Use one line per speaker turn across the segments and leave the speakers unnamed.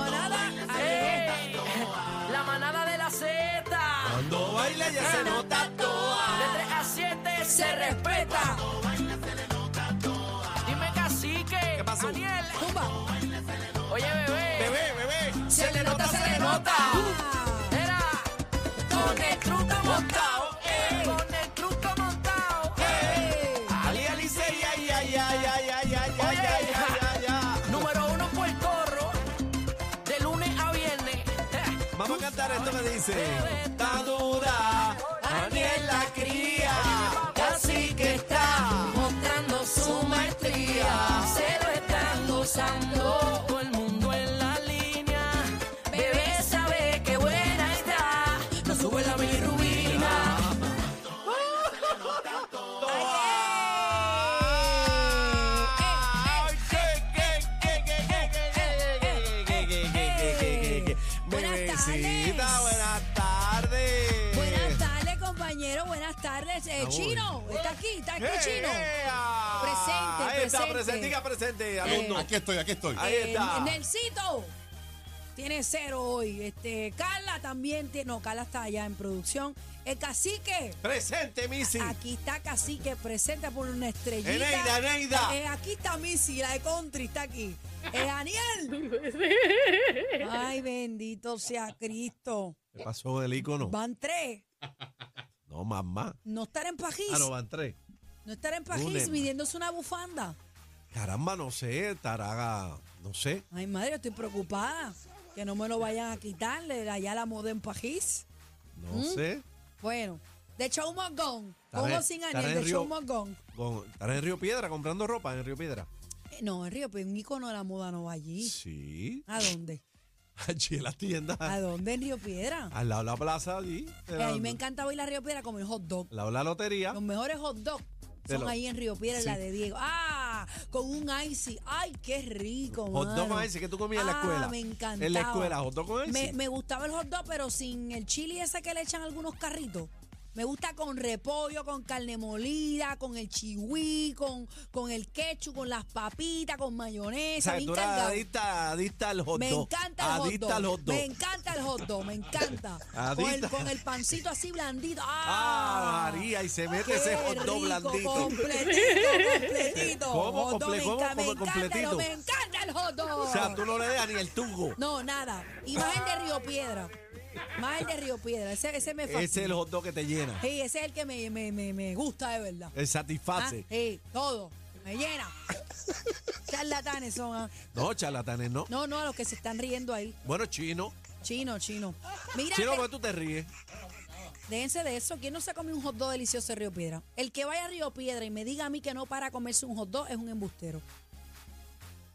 La manada de la Z. Cuando baila ya se nota toda. De 3 a 7 se respeta. Cuando baila se le nota toda. Dime cacique. ¿Qué pasó? Daniel. Oye, bebé. Bebé, bebé. Se le nota, se le nota. Era. Con el truco montado. eh. Con el truco montado. eh.
Ali, Ali, say, ya, ya, ya, ya, ya, ya, ya,
Oye,
ya, ya, ya, ya.
Número uno Puerto Rico. De lunes a viernes.
Vamos a cantar esto me dice. Está dura, Daniel la cría, casi que está.
mostrando su maestría. Se lo están gozando. Todo el mundo en la línea. Bebé sabe que buena está. No sube la bilirrubina.
Bebecita, buenas tardes.
Buenas tardes, compañero. Buenas tardes. Eh, Chino, está aquí, está aquí, Chino.
¡Ea!
Presente,
Ahí está,
presente.
presentica, presente, alumno.
Aquí estoy, aquí estoy.
Ahí está.
Eh, Nelsito, tiene cero hoy. Este, Carla también tiene. No, Carla está allá en producción. El cacique.
Presente, Missy.
Aquí está Cacique, presenta por una estrellita.
Eneida, Eneida.
Eh, aquí está Missy, la de country, está aquí. Eh, Daniel. Ay, bendito sea Cristo.
¿Qué pasó del icono?
Van tres.
No, mamá.
No estar en Pajís.
Ah, no, van tres.
No estar en
Lunes.
Pajís midiéndose una bufanda.
Caramba, no sé, taraga, no sé.
Ay, madre, yo estoy preocupada. Que no me lo vayan a quitarle allá la moda en Pajís.
No
¿Mm?
sé.
Bueno, de Chau Morgón.
Estaré-
Como sin
estaré
Aniel,
en
de Chau
Río-
Morgón.
Con- ¿Estarás en Río Piedra comprando ropa en Río Piedra?
Eh, No, en Río, pero un icono de la moda no va allí.
Sí.
¿A dónde?
Allí en las tiendas.
¿A dónde en Río Piedra?
Al lado de la plaza, allí.
Eh, Ah. a mí me encanta ir a Río Piedra comer hot dog.
Al lado de la lotería.
Los mejores hot dogs
Te
son
lo-
ahí en Río Piedra, en la
Sí.
de Diego. ¡Ah! Con un icy. ¡Ay, qué rico!
Hot dog
mano!
con ice que tú comías en la
Ah,
escuela.
me encantaba.
En la escuela, hot dog con ice.
Me, me gustaba el hot dog, pero sin el chili ese que le echan algunos carritos. Me gusta con repollo, con carne molida, con el chihui, con, con el ketchup, con las papitas, con
o
mayonesa.
sea, que
bien
tú eras
cargado.
adicta, adicta al hot
Me
dog.
encanta el hot
adicta
dog.
al hot dog.
Me encanta el hot dog, me encanta. con,
Adicta.
el, con el pancito así blandito. ¡Ah!
Ah, María, y se mete
Qué
ese hot dog
rico,
blandito.
Completito, completito.
¿Cómo
Hot dog,
comple-
me
cómo
encanta, me
come
encanta,
completito?
no, me encanta el hot dog.
O sea, tú no le das ni el tubo.
No, nada. Y más el de Río Piedra. Más el de Río Piedra. Ese, ese me
Ese
fascina.
es el hot dog que te llena.
Sí, ese es el que me, me, me, me gusta de verdad.
El
Ah,
satisface.
sí, todo. Me llena. Charlatanes son. ah.
No, charlatanes, no.
No, no, a los que se están riendo ahí.
Bueno, chino.
Chino, chino. Mira,
Chino,
que-
¿por qué tú te ríes?
déjense de eso. ¿Quién no se come un hot dog delicioso de Río Piedra? El que vaya a Río Piedra y me diga a mí que no para a comerse un hot dog es un embustero.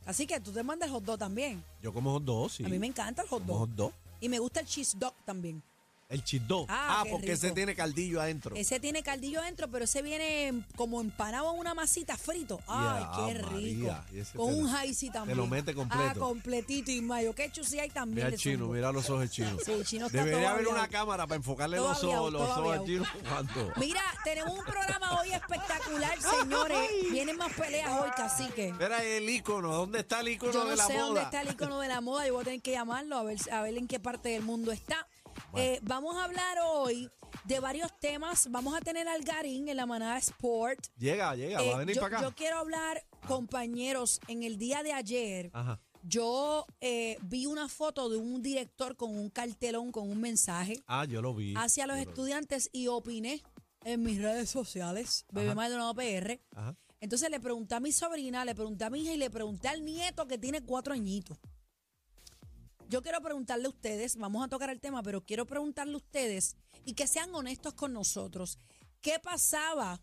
Así que tú te mandas el hot dog también.
Yo como hot dog, sí.
A mí me encanta el hot
Como
dog.
hot dog.
Y me gusta el cheese dog también.
El chisdó.
Ah,
Ah,
qué
porque
rico.
ese tiene caldillo adentro.
Ese tiene caldillo dentro, pero ese viene en- como empanado en una masita frito. Ay,
Ya,
qué rico.
María, y ese
Con
te lo-
un jaisi también.
lo mete completo.
Ah, completito y mayo. Qué sí hay también.
Mira el
de
chino,
zumbo.
mira los ojos del chino.
Sí, el chino está
Debería
todo
haber una
aviado.
cámara para enfocarle
Todo
los
aviado,
ojos, los
todo
ojos al chino
aviado.
cuando.
Mira, tenemos un programa hoy espectacular, señores. Vienen más peleas hoy, cacique.
Mira el icono, ¿dónde está el icono
Yo
de
no
la
sé
moda?
dónde está el icono de la moda. Yo voy a tener que llamarlo a ver, a ver en qué parte del mundo está. Eh, vamos a hablar hoy de varios temas. Vamos a tener al Garín en la manada Sport.
Llega, llega,
Eh,
va a venir
yo,
para acá.
yo quiero hablar, compañeros, en el día de ayer
Ajá.
Yo eh, vi una foto de un director con un cartelón, con un mensaje
Ah, yo lo vi.
hacia los
Yo lo vi.
estudiantes y opiné en mis redes sociales, Bebé
Ajá.
Maldonado PR.
Ajá.
Entonces le pregunté a mi sobrina, le pregunté a mi hija y le pregunté al nieto que tiene cuatro añitos. Yo quiero preguntarle a ustedes, vamos a tocar el tema, pero quiero preguntarle a ustedes y que sean honestos con nosotros. ¿Qué pasaba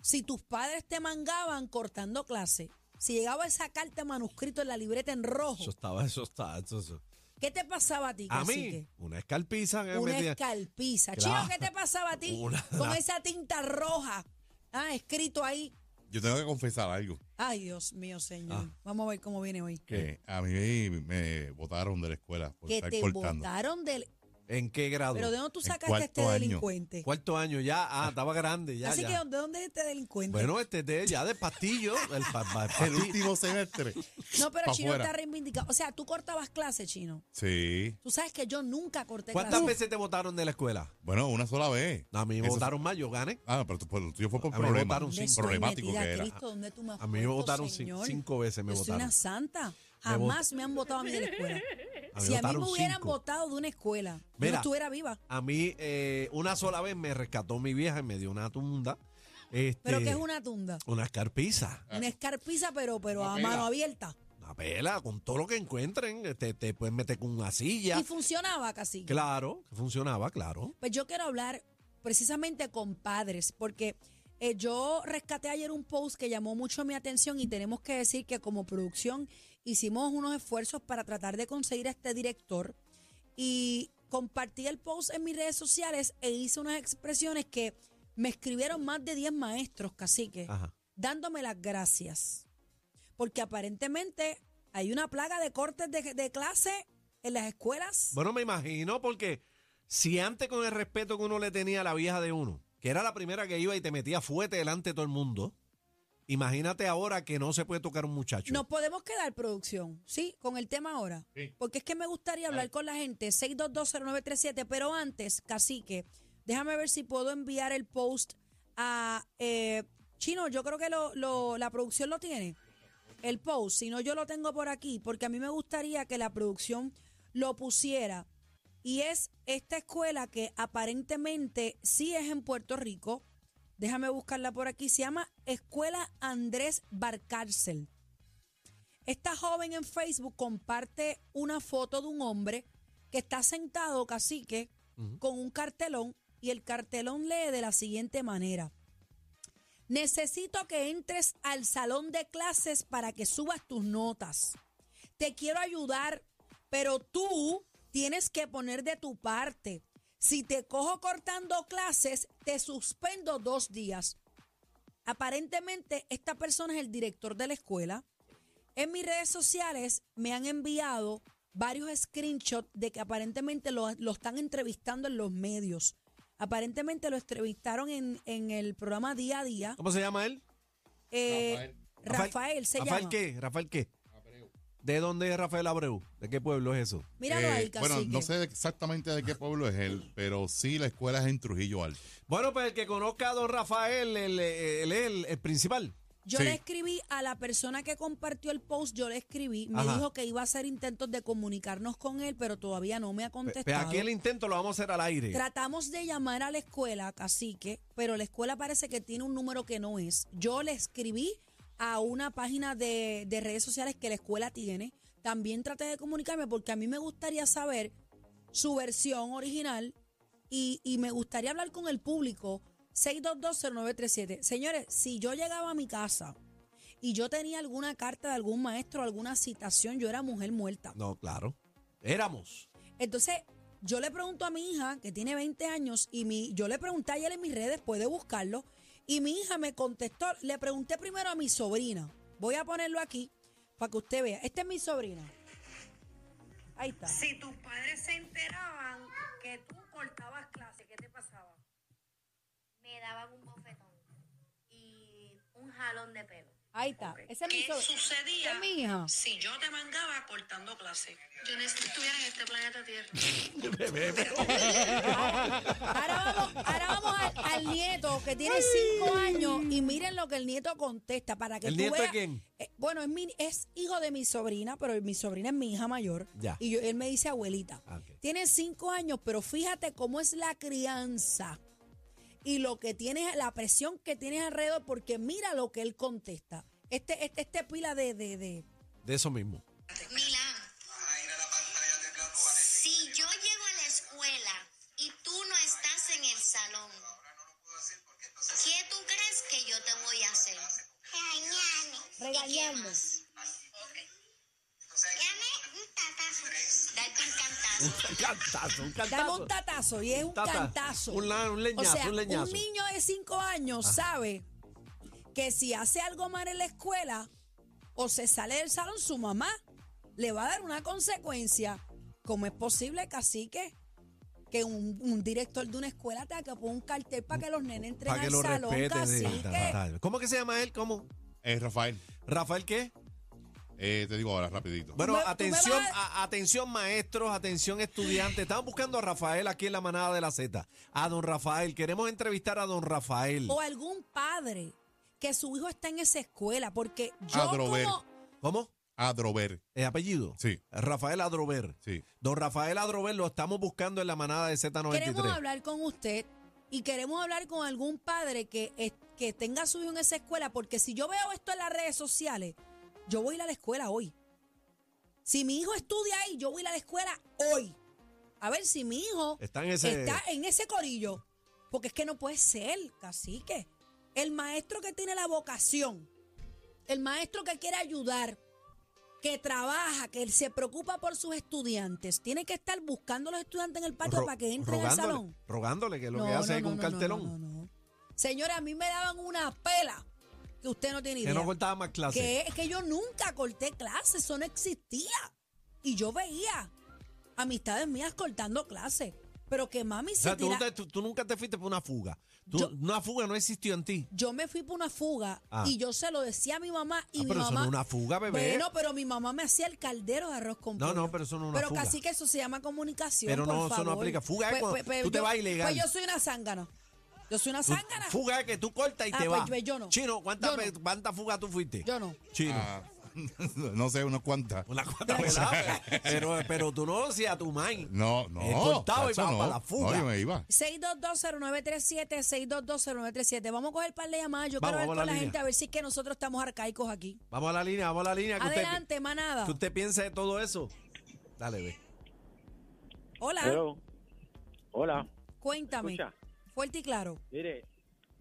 si tus padres te mangaban cortando clase? Si llegaba esa carta manuscrito en la libreta en rojo,
Eso estaba, eso estaba. Eso, eso.
¿qué te pasaba a ti?
A mí,
cacique?
una escalpiza que
Una
metía-
escalpiza. Chico,
Claro.
¿qué te pasaba a ti
Una-
con esa tinta roja? Ah, escrito ahí.
Yo tengo que confesar algo,
Ay, Dios mío,
Ah.
señor. Vamos a ver cómo viene hoy.
que a mí me votaron de la escuela por
Que
estar
te
cortando.
botaron del...
¿En qué grado?
Pero ¿de dónde tú
En
sacaste a este
cuarto año.
delincuente?
Cuarto año ya. Ah, estaba grande ya.
Así
ya.
que, ¿de dónde es este delincuente?
Bueno, este es de ya de pastillo. El, pa- pa-
El
pasti-
último semestre.
no, pero
pa'
Chino
fuera.
está reivindicado. O sea, tú cortabas clase, Chino.
Sí.
Tú sabes que yo nunca corté
¿Cuántas
clase.
veces te votaron de la escuela?
Bueno, una sola vez.
A mí me
Eso-
votaron más, yo gané.
Ah, pero tú, pero el tuyo fue por
A mí me
problema.
votaron
¿Dónde
cinco.
estoy
Problemático
metida,
que era.
Cristo? ¿Dónde tú me has
A mí me
puesto,
votaron cin-
señor?
cinco veces me
Yo soy
votaron.
una santa.
Me vot-
Jamás me han votado a mí de la escuela.
A mí
si a mí me
votaron
hubieran
cinco.
votado de una escuela, yo no
Mira.
estuviera viva.
A mí, eh, una sola vez me rescató mi vieja y me dio una tunda. Este,
Pero que es una tunda.
Una escarpiza.
Una escarpiza, pero, pero a
eh,
Una pela.
mano abierta.
Una pela, con todo lo que encuentren. Te, te puedes meter con una silla.
Y funcionaba casi.
Claro, que funcionaba, claro.
Pues yo quiero hablar precisamente con padres, porque eh, yo rescaté ayer un post que llamó mucho mi atención y tenemos que decir que como producción hicimos unos esfuerzos para tratar de conseguir a este director y compartí el post en mis redes sociales e hice unas expresiones que me escribieron más de 10 maestros, cacique,
Ajá.
dándome las gracias, porque aparentemente hay una plaga de cortes de, de clase en las escuelas.
Bueno, me imagino porque si antes con el respeto que uno le tenía a la vieja de uno, que era la primera que iba y te metía fuerte delante de todo el mundo, imagínate ahora que no se puede tocar un muchacho.
Nos podemos quedar, producción, ¿sí? Con el tema ahora.
Sí.
Porque es que me gustaría hablar con la gente, 6220937, pero antes, cacique, déjame ver si puedo enviar el post a... eh, Chino, yo creo que lo- lo- la producción lo tiene, el post, si no yo lo tengo por aquí, porque a mí me gustaría que la producción lo pusiera. Y es esta escuela que aparentemente sí es en Puerto Rico. Déjame buscarla por aquí. Se llama Escuela Andrés Barcárcel. Esta joven en Facebook comparte una foto de un hombre que está sentado, cacique, con un cartelón y el cartelón lee de la siguiente manera. Necesito que entres al salón de clases para que subas tus notas. Te quiero ayudar, pero tú tienes que poner de tu parte. Si te cojo cortando clases, te suspendo dos días. Aparentemente, esta persona es el director de la escuela. En mis redes sociales me han enviado varios screenshots de que aparentemente lo, lo están entrevistando en los medios. Aparentemente lo entrevistaron en, en el programa Día a Día.
¿Cómo se llama él?
Eh, Rafael, se
¿Rafael
llama.
qué? ¿Rafael qué? ¿De dónde es Rafael Abreu? ¿De qué pueblo es eso?
Míralo
Eh,
ahí, cacique.
bueno, no sé exactamente de qué pueblo es él, pero sí la escuela es en Trujillo Alto.
Bueno, pues el que conozca a don Rafael, él él es el, el principal.
Yo
Sí.
le escribí a la persona que compartió el post, yo le escribí, me
Ajá.
dijo que iba a hacer intentos de comunicarnos con él, pero todavía no me ha
Pe- pe-
contestado.
Pues, aquí el intento lo vamos a hacer al aire.
Tratamos de llamar a la escuela, cacique, pero la escuela parece que tiene un número que no es. Yo le escribí a una página de, de redes sociales que la escuela tiene. También traté de comunicarme porque a mí me gustaría saber su versión original y, y me gustaría hablar con el público. 6220937. Señores, si yo llegaba a mi casa y yo tenía alguna carta de algún maestro, alguna citación, yo era mujer muerta.
No, claro. Éramos.
Entonces, yo le pregunto a mi hija, que tiene 20 años, y mi, yo le pregunté ayer en mis redes, puede buscarlo, y mi hija me contestó, le pregunté primero a mi sobrina, voy a ponerlo aquí para que usted vea, esta es mi sobrina. Ahí está.
Si tus padres se enteraban que tú cortabas clase, ¿qué te pasaba? Me daban un bofetón y un jalón de pelo.
Ahí está. Esa es mi
¿Qué
sobrina.
sucedía
es mi hija.
si yo te mangaba cortando clase? Yo no estuviera en este planeta Tierra.
Ahora vamos, ahora vamos al, al nieto que tiene 5 años y miren lo que el nieto contesta para que
¿El
tú
nieto de
veas.
quién?
Eh, Bueno, es, mi- es hijo de mi sobrina, pero mi sobrina es mi hija mayor.
Ya.
Y yo- él me dice abuelita.
Ah, ok.
Tiene cinco años, pero fíjate cómo es la crianza y lo que tienes, la presión que tienes alrededor, porque mira lo que él contesta. Este, este, este pila de, de, de.
De eso mismo.
Milán. Si yo llego a la escuela y tú no estás en el salón, ¿qué tú crees que yo te voy a hacer? Regañarme.
Regañarme.
Darte un cantazo.
Cantazo, un
Dame un tatazo y es un
Tata-
cantazo.
un la- un leñazo,
o sea,
un leñazo.
niño de cinco años sabe que si hace algo mal en la escuela o se sale del salón, su mamá le va a dar una consecuencia. ¿Cómo es posible, cacique? Que un, un director de una escuela tenga que poner un cartel para que los nenes entren
Para que
al
lo
salón,
respeten. sí,
cacique.
tal, tal. ¿Cómo que se llama él? ¿Cómo?
Eh, Rafael,
¿Rafael qué?
eh, te digo ahora rapidito.
Bueno,
me- tú me
atención,
vas
a- atención maestros, atención estudiantes. Estamos buscando a Rafael aquí en la manada de la Z. A don Rafael, queremos entrevistar a don Rafael.
O algún padre que su hijo está en esa escuela, porque yo
Adrover.
como-
¿Cómo?
Adrover,
¿El apellido?
Sí.
Rafael Adrover.
sí.
Don Rafael Adrover lo estamos buscando en la manada de
queremos
Z93.
hablar con usted y queremos hablar con algún padre que, es- que tenga a su hijo en esa escuela, porque si yo veo esto en las redes sociales, yo voy a ir a la escuela hoy. Si mi hijo estudia ahí, yo voy a ir a la escuela hoy. A ver si mi hijo
Está en ese-
está en ese corillo. Porque es que no puede ser, cacique. El maestro que tiene la vocación, el maestro que quiere ayudar, que trabaja, que se preocupa por sus estudiantes, tiene que estar buscando a los estudiantes en el patio
Ro-
para que entren al
rogándole,
salón.
Rogándole, que lo
No,
que hace
no,
es
no,
con un
no,
cartelón.
no, no, no. Señora, a mí me daban una pela que usted no tiene idea.
Que no cortaba más clases.
Que es que yo nunca corté clases, eso no existía. Y yo veía amistades mías cortando clases. Pero que mami
O
se
sea, tú,
tira-
nunca- tú- tú nunca te fuiste por una fuga. Tú-
Yo-
una fuga no existió en ti.
Yo me fui por una fuga
Ah.
y yo se lo decía a mi mamá y
Ah,
mi
pero eso
mamá.
no es una fuga, bebé.
Bueno, pero mi mamá me hacía el caldero de arroz con
No,
pollo.
no, pero eso no es una fuga.
Pero casi que eso se llama comunicación.
Pero
por
no, eso no
favor.
aplica. Fuga es cuando tú te
yo-
vas ilegal. Pues,
Pues yo soy una zángana. Yo soy una
Tú-
zángana.
Fuga es que tú cortas y
Ah,
te
pues,
vas.
pues, yo no.
Chino,
Yo
¿cuántas
no.
ve- cuántas fugas tú fuiste?
Yo no.
Chino.
Ah, no sé, unos cuantas.
Una cuanta velada, pero, pero tú no si a tu mind.
No, no.
Eh, cortaba y
chacho,
va
no.
para la fuga.
No, yo me iba.
6220937, 6220937. Vamos a coger par de llamadas. Yo
Vamos,
quiero ver
vamos a
con
la
la
línea.
gente a ver si es que nosotros estamos arcaicos aquí.
Vamos a la línea, vamos a la línea. Que usted,
Adelante, manada.
que usted piensa de todo eso? Dale, ve.
Hola,
Hello. Hola,
cuéntame.
escucha.
Fuerte y claro.
mire,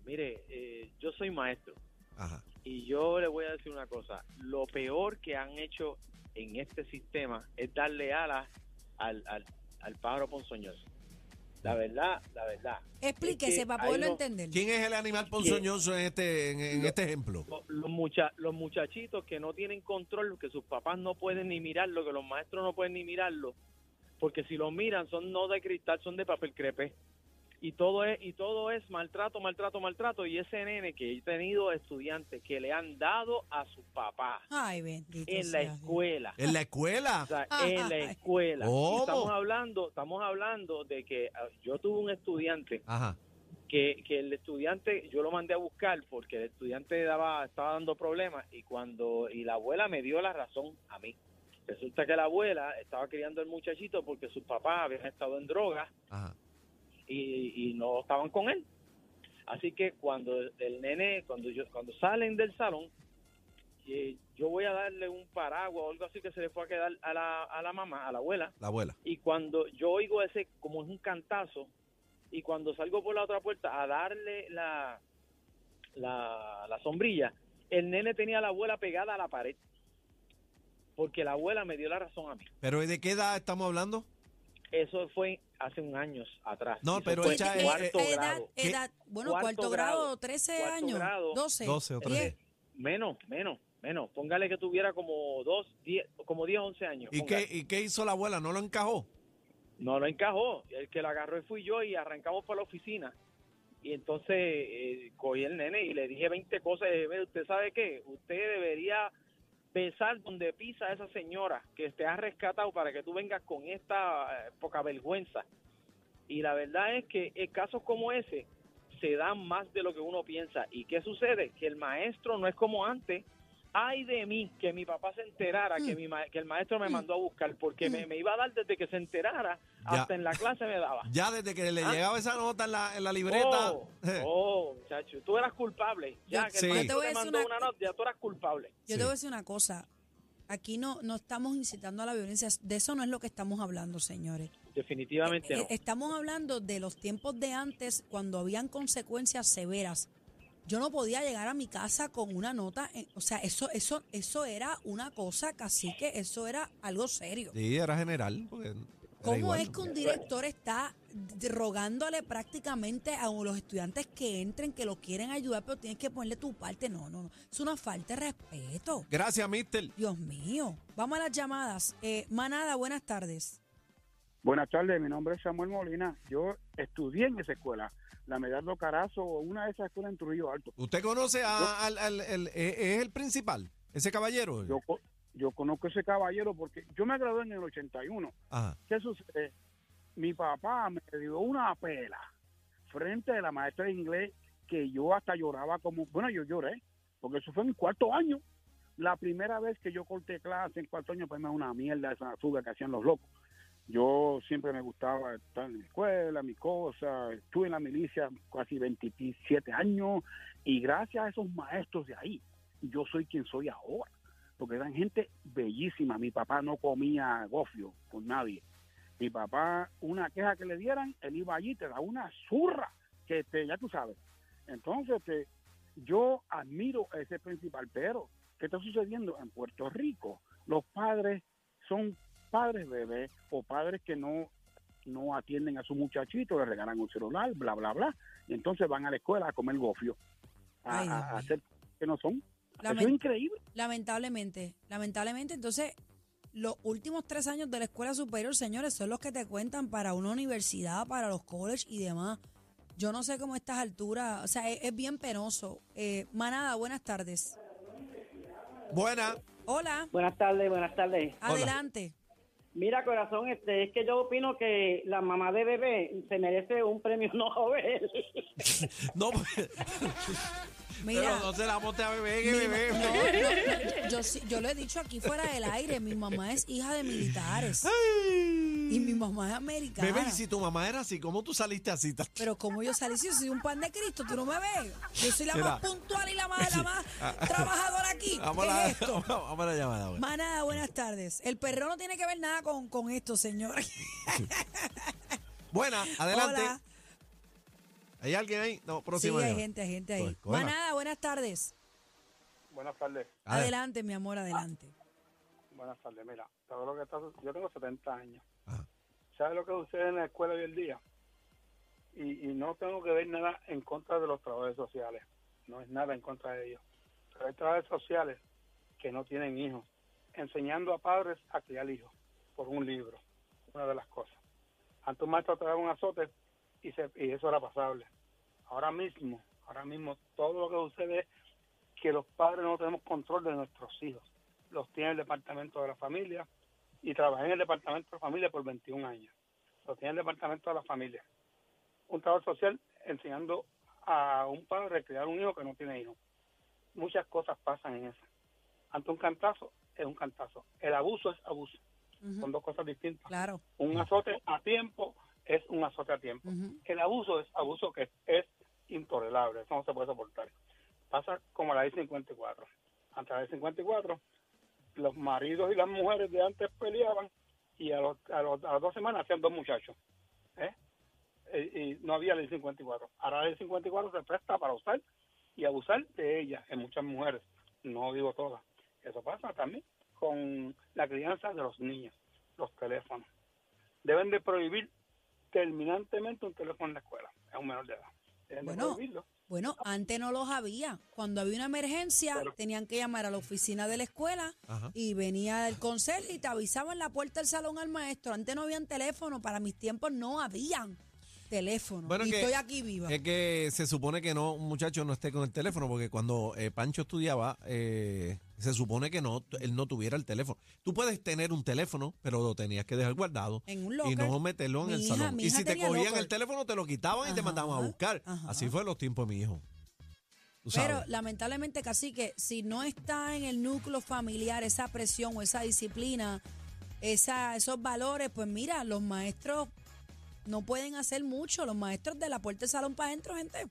mire, eh, yo soy maestro
Ajá.
y yo le voy a decir una cosa. Lo peor que han hecho en este sistema es darle alas al, al, al pájaro ponzoñoso. La verdad, la verdad.
Explíquese
Es que
para
ahí
poderlo
no-
entender.
¿Quién es el animal ponzoñoso en este, en, en este ejemplo?
Lo- Los, mucha- los muchachitos que no tienen control, que sus papás no pueden ni mirarlo, que los maestros no pueden ni mirarlo, porque si lo miran son no de cristal, son de papel crepe. Y todo es y todo es maltrato, maltrato, maltrato. Y ese nene que he tenido estudiantes que le han dado a sus papás
Ay, bendito.
en
sea
la
Dios.
escuela.
¿En la escuela?
O sea,
Ay.
en la escuela. Y
¿Cómo?
Estamos hablando, estamos hablando de que ah, yo tuve un estudiante
Ajá.
que, que el estudiante yo lo mandé a buscar porque el estudiante daba estaba dando problemas y cuando y la abuela me dio la razón a mí resulta que la abuela estaba criando al muchachito porque sus papás habían estado en drogas
Ajá.
y, y no estaban con él. Así que cuando el nene, cuando yo, cuando salen del salón, eh, yo voy a darle un paraguas o algo así que se le fue a quedar a la, a la mamá, a la abuela.
La abuela.
Y cuando yo oigo ese, como es un cantazo, y cuando salgo por la otra puerta a darle la, la, la sombrilla, el nene tenía a la abuela pegada a la pared. Porque la abuela me dio la razón a mí.
¿Pero de qué edad estamos hablando?
Eso fue hace un años atrás.
No,
Eso
pero
fue
echa-
Eh, eh,
cuarto
edad,
grado.
¿Qué?
edad, bueno,
Cuarto
cuarto
grado,
grado, 13
cuarto
años,
grado.
12,
12 o 13.
diez.
eh.
Menos, menos, menos. Póngale que tuviera como dos, diez, como 10, 11 años.
¿Y qué,
póngale.
¿Y qué hizo la abuela? ¿No lo encajó?
No lo encajó. El que lo agarró fui yo y arrancamos para la oficina. Y entonces eh, cogí el nene y le dije 20 cosas. Le dije, "Mire, ¿Usted sabe qué? Usted debería besar donde pisa esa señora que te ha rescatado para que tú vengas con esta eh, poca vergüenza. Y la verdad es que en casos como ese se dan más de lo que uno piensa. ¿Y qué sucede? Que el maestro no es como antes. Ay de mí, que mi papá se enterara, que, mi ma- que el maestro me mandó a buscar, porque me, me iba a dar desde que se enterara,
Ya.
hasta en la clase me daba.
Ya desde que le
Ah.
llegaba esa nota en la, en la libreta.
Oh, oh, chacho, tú eras culpable. Ya que
Sí.
el
Yo
maestro
te voy a
te
decir
mandó
una- eh,
una nota, ya tú eras culpable.
Yo
Sí.
te voy a decir una cosa. Aquí no, no estamos incitando a la violencia. De eso no es lo que estamos hablando, señores.
Definitivamente no.
Eh, Estamos hablando de los tiempos de antes cuando habían consecuencias severas. Yo no podía llegar a mi casa con una nota, eh, o sea, eso eso eso era una cosa, casi que eso era algo serio.
Sí, era general. porque era
¿Cómo
igual.
es que un director está d- rogándole prácticamente a los estudiantes que entren, que lo quieren ayudar, pero tienes que ponerle tu parte? No, no, no. Es una falta de respeto.
Gracias, mister.
Dios mío. Vamos a las llamadas. Eh, Manada, buenas tardes.
Buenas tardes, mi nombre es Samuel Molina. Yo estudié en esa escuela, la Medardo Carazo, o una de esas escuelas en Trujillo Alto.
¿Usted conoce a, al, al- el- e- es el principal? Ese caballero.
Yo, co- yo conozco ese caballero porque yo me gradué en el 81.
Ajá.
¿Qué sucede? Mi papá me dio una pela frente a la maestra de inglés que yo hasta lloraba como, bueno, yo lloré, porque eso fue en cuarto año. La primera vez que yo corté clase en cuarto año, pues me da una mierda esa fuga que hacían los locos. Yo siempre me gustaba estar en la escuela, mis cosas, estuve en la milicia casi 27 años y gracias a esos maestros de ahí, yo soy quien soy ahora, porque eran gente bellísima. Mi papá no comía gofio con nadie. Mi papá, una queja que le dieran, él iba allí, te da una zurra, que te, ya tú sabes. Entonces, este, yo admiro a ese principal, pero ¿qué está sucediendo en Puerto Rico? Los padres son padres bebés o padres que no, no atienden a su muchachito, le regalan un celular, bla, bla, bla. Y entonces van a la escuela a comer gofio, a,
Ay,
a-
Dios
a
mío.
hacer que no son. Eso
Lamen-
es increíble.
Lamentablemente, lamentablemente, entonces los últimos tres años de la escuela superior, señores, son los que te cuentan para una universidad, para los college y demás. Yo no sé cómo a estas alturas, o sea, es, es bien penoso. Eh, Manada, buenas tardes.
Buena.
Hola,
Buenas tardes, buenas tardes.
adelante.
Mira, corazón, este, es que yo opino que la mamá de bebé se merece un premio Nobel.
No, pues, pero
Mira,
no se la monte a bebé, que
mi
bebé.
ma- no, no, no, yo, sí- yo lo he dicho aquí fuera del aire, mi mamá es hija de militares y mi mamá es americana.
Bebé, y si tu mamá era así, ¿cómo tú saliste así?
Pero como yo salí, si yo soy un pan de Cristo, tú no me ves. Yo soy la
Mira. Ah.
más puntual y la más, la más trabajadora aquí.
Vamos
¿Qué
a la,
es esto?
vamos a la llamada. bueno.
Manada, buenas tardes. El perro no tiene que ver nada con, con esto, señor.
Buena, adelante.
Hola.
¿Hay alguien ahí? No,
Sí,
próximo.
hay gente, hay gente ahí.
Pues, cógela.
Manada, buenas tardes.
Buenas tardes.
Adelante, mi amor, adelante.
Buenas tardes, mira, ¿sabes lo que está su- Yo tengo 70 años.
Ajá.
¿Sabes lo que sucede en la escuela hoy en día? Y, y no tengo que ver nada en contra de los trabajadores sociales. No es nada en contra de ellos. Pero hay trabajadores sociales que no tienen hijos, enseñando a padres a criar hijos por un libro, una de las cosas. Antes un maestro te daba un azote y, se- y eso era pasable. Ahora mismo, ahora mismo, todo lo que sucede es que los padres no tenemos control de nuestros hijos. Los tiene el departamento de la familia y trabajé en el departamento de la familia por 21 años. Lo tiene el departamento de la familia. Un trabajo social enseñando a un padre a criar un hijo que no tiene hijo. Muchas cosas pasan en eso. Ante un cantazo es un cantazo. El abuso es abuso. Son dos cosas distintas.
Claro.
Un azote a tiempo es un azote a tiempo.
Ujú.
El abuso es abuso que es intolerable, eso no se puede soportar. Pasa como la ley 54. Ante la ley 54, los maridos y las mujeres de antes peleaban y a, los, a, los- a las dos semanas hacían dos muchachos. ¿eh? Y, y no había ley 54. Ahora la ley 54 se presta para usar y abusar de ella en muchas mujeres. No digo todas. Eso pasa también con la crianza de los niños, los teléfonos. Deben de prohibir terminantemente un teléfono en la escuela, es un menor de edad. Deben de
Bueno.
prohibirlo.
Bueno, antes no los había. Cuando había una emergencia, tenían que llamar a la oficina de la escuela
Ajá.
y venía el consejo y te avisaban en la puerta del salón al maestro. Antes no habían teléfono, para mis tiempos no habían teléfono.
Bueno,
y
que-
estoy aquí viva.
Es que se supone que no, un muchacho no esté con el teléfono, porque cuando eh, Pancho estudiaba, eh, se supone que no, t- él no tuviera el teléfono. Tú puedes tener un teléfono, pero lo tenías que dejar guardado
En un
y
locker.
no meterlo en
Mi
el
hija-
salón.
mi
Y
hija
si te
tenía
cogían
locker.
el teléfono, te lo quitaban y te
Ajá,
mandaban a buscar.
ajá.
Así fue los tiempos de mi hijo. Tú
Pero
sabes.
lamentablemente, Cacique, si no está en el núcleo familiar esa presión o esa disciplina, esa, esos valores, pues mira, los maestros no pueden hacer mucho. Los maestros de la puerta del salón para adentro, gente.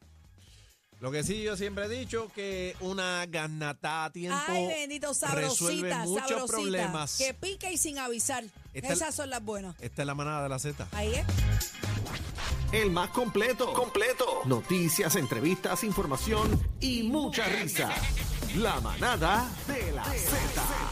Lo que sí yo siempre he dicho que una ganata a tiempo
Ay, bendito,
resuelve
sabrosita,
muchos
sabrosita.
problemas.
Que pica y sin avisar.
Esta-
Esas son las buenas.
Esta es la manada de la Z.
Ahí es.
El más completo. Completo. Noticias, entrevistas, información y mucha risa. La manada de la Z.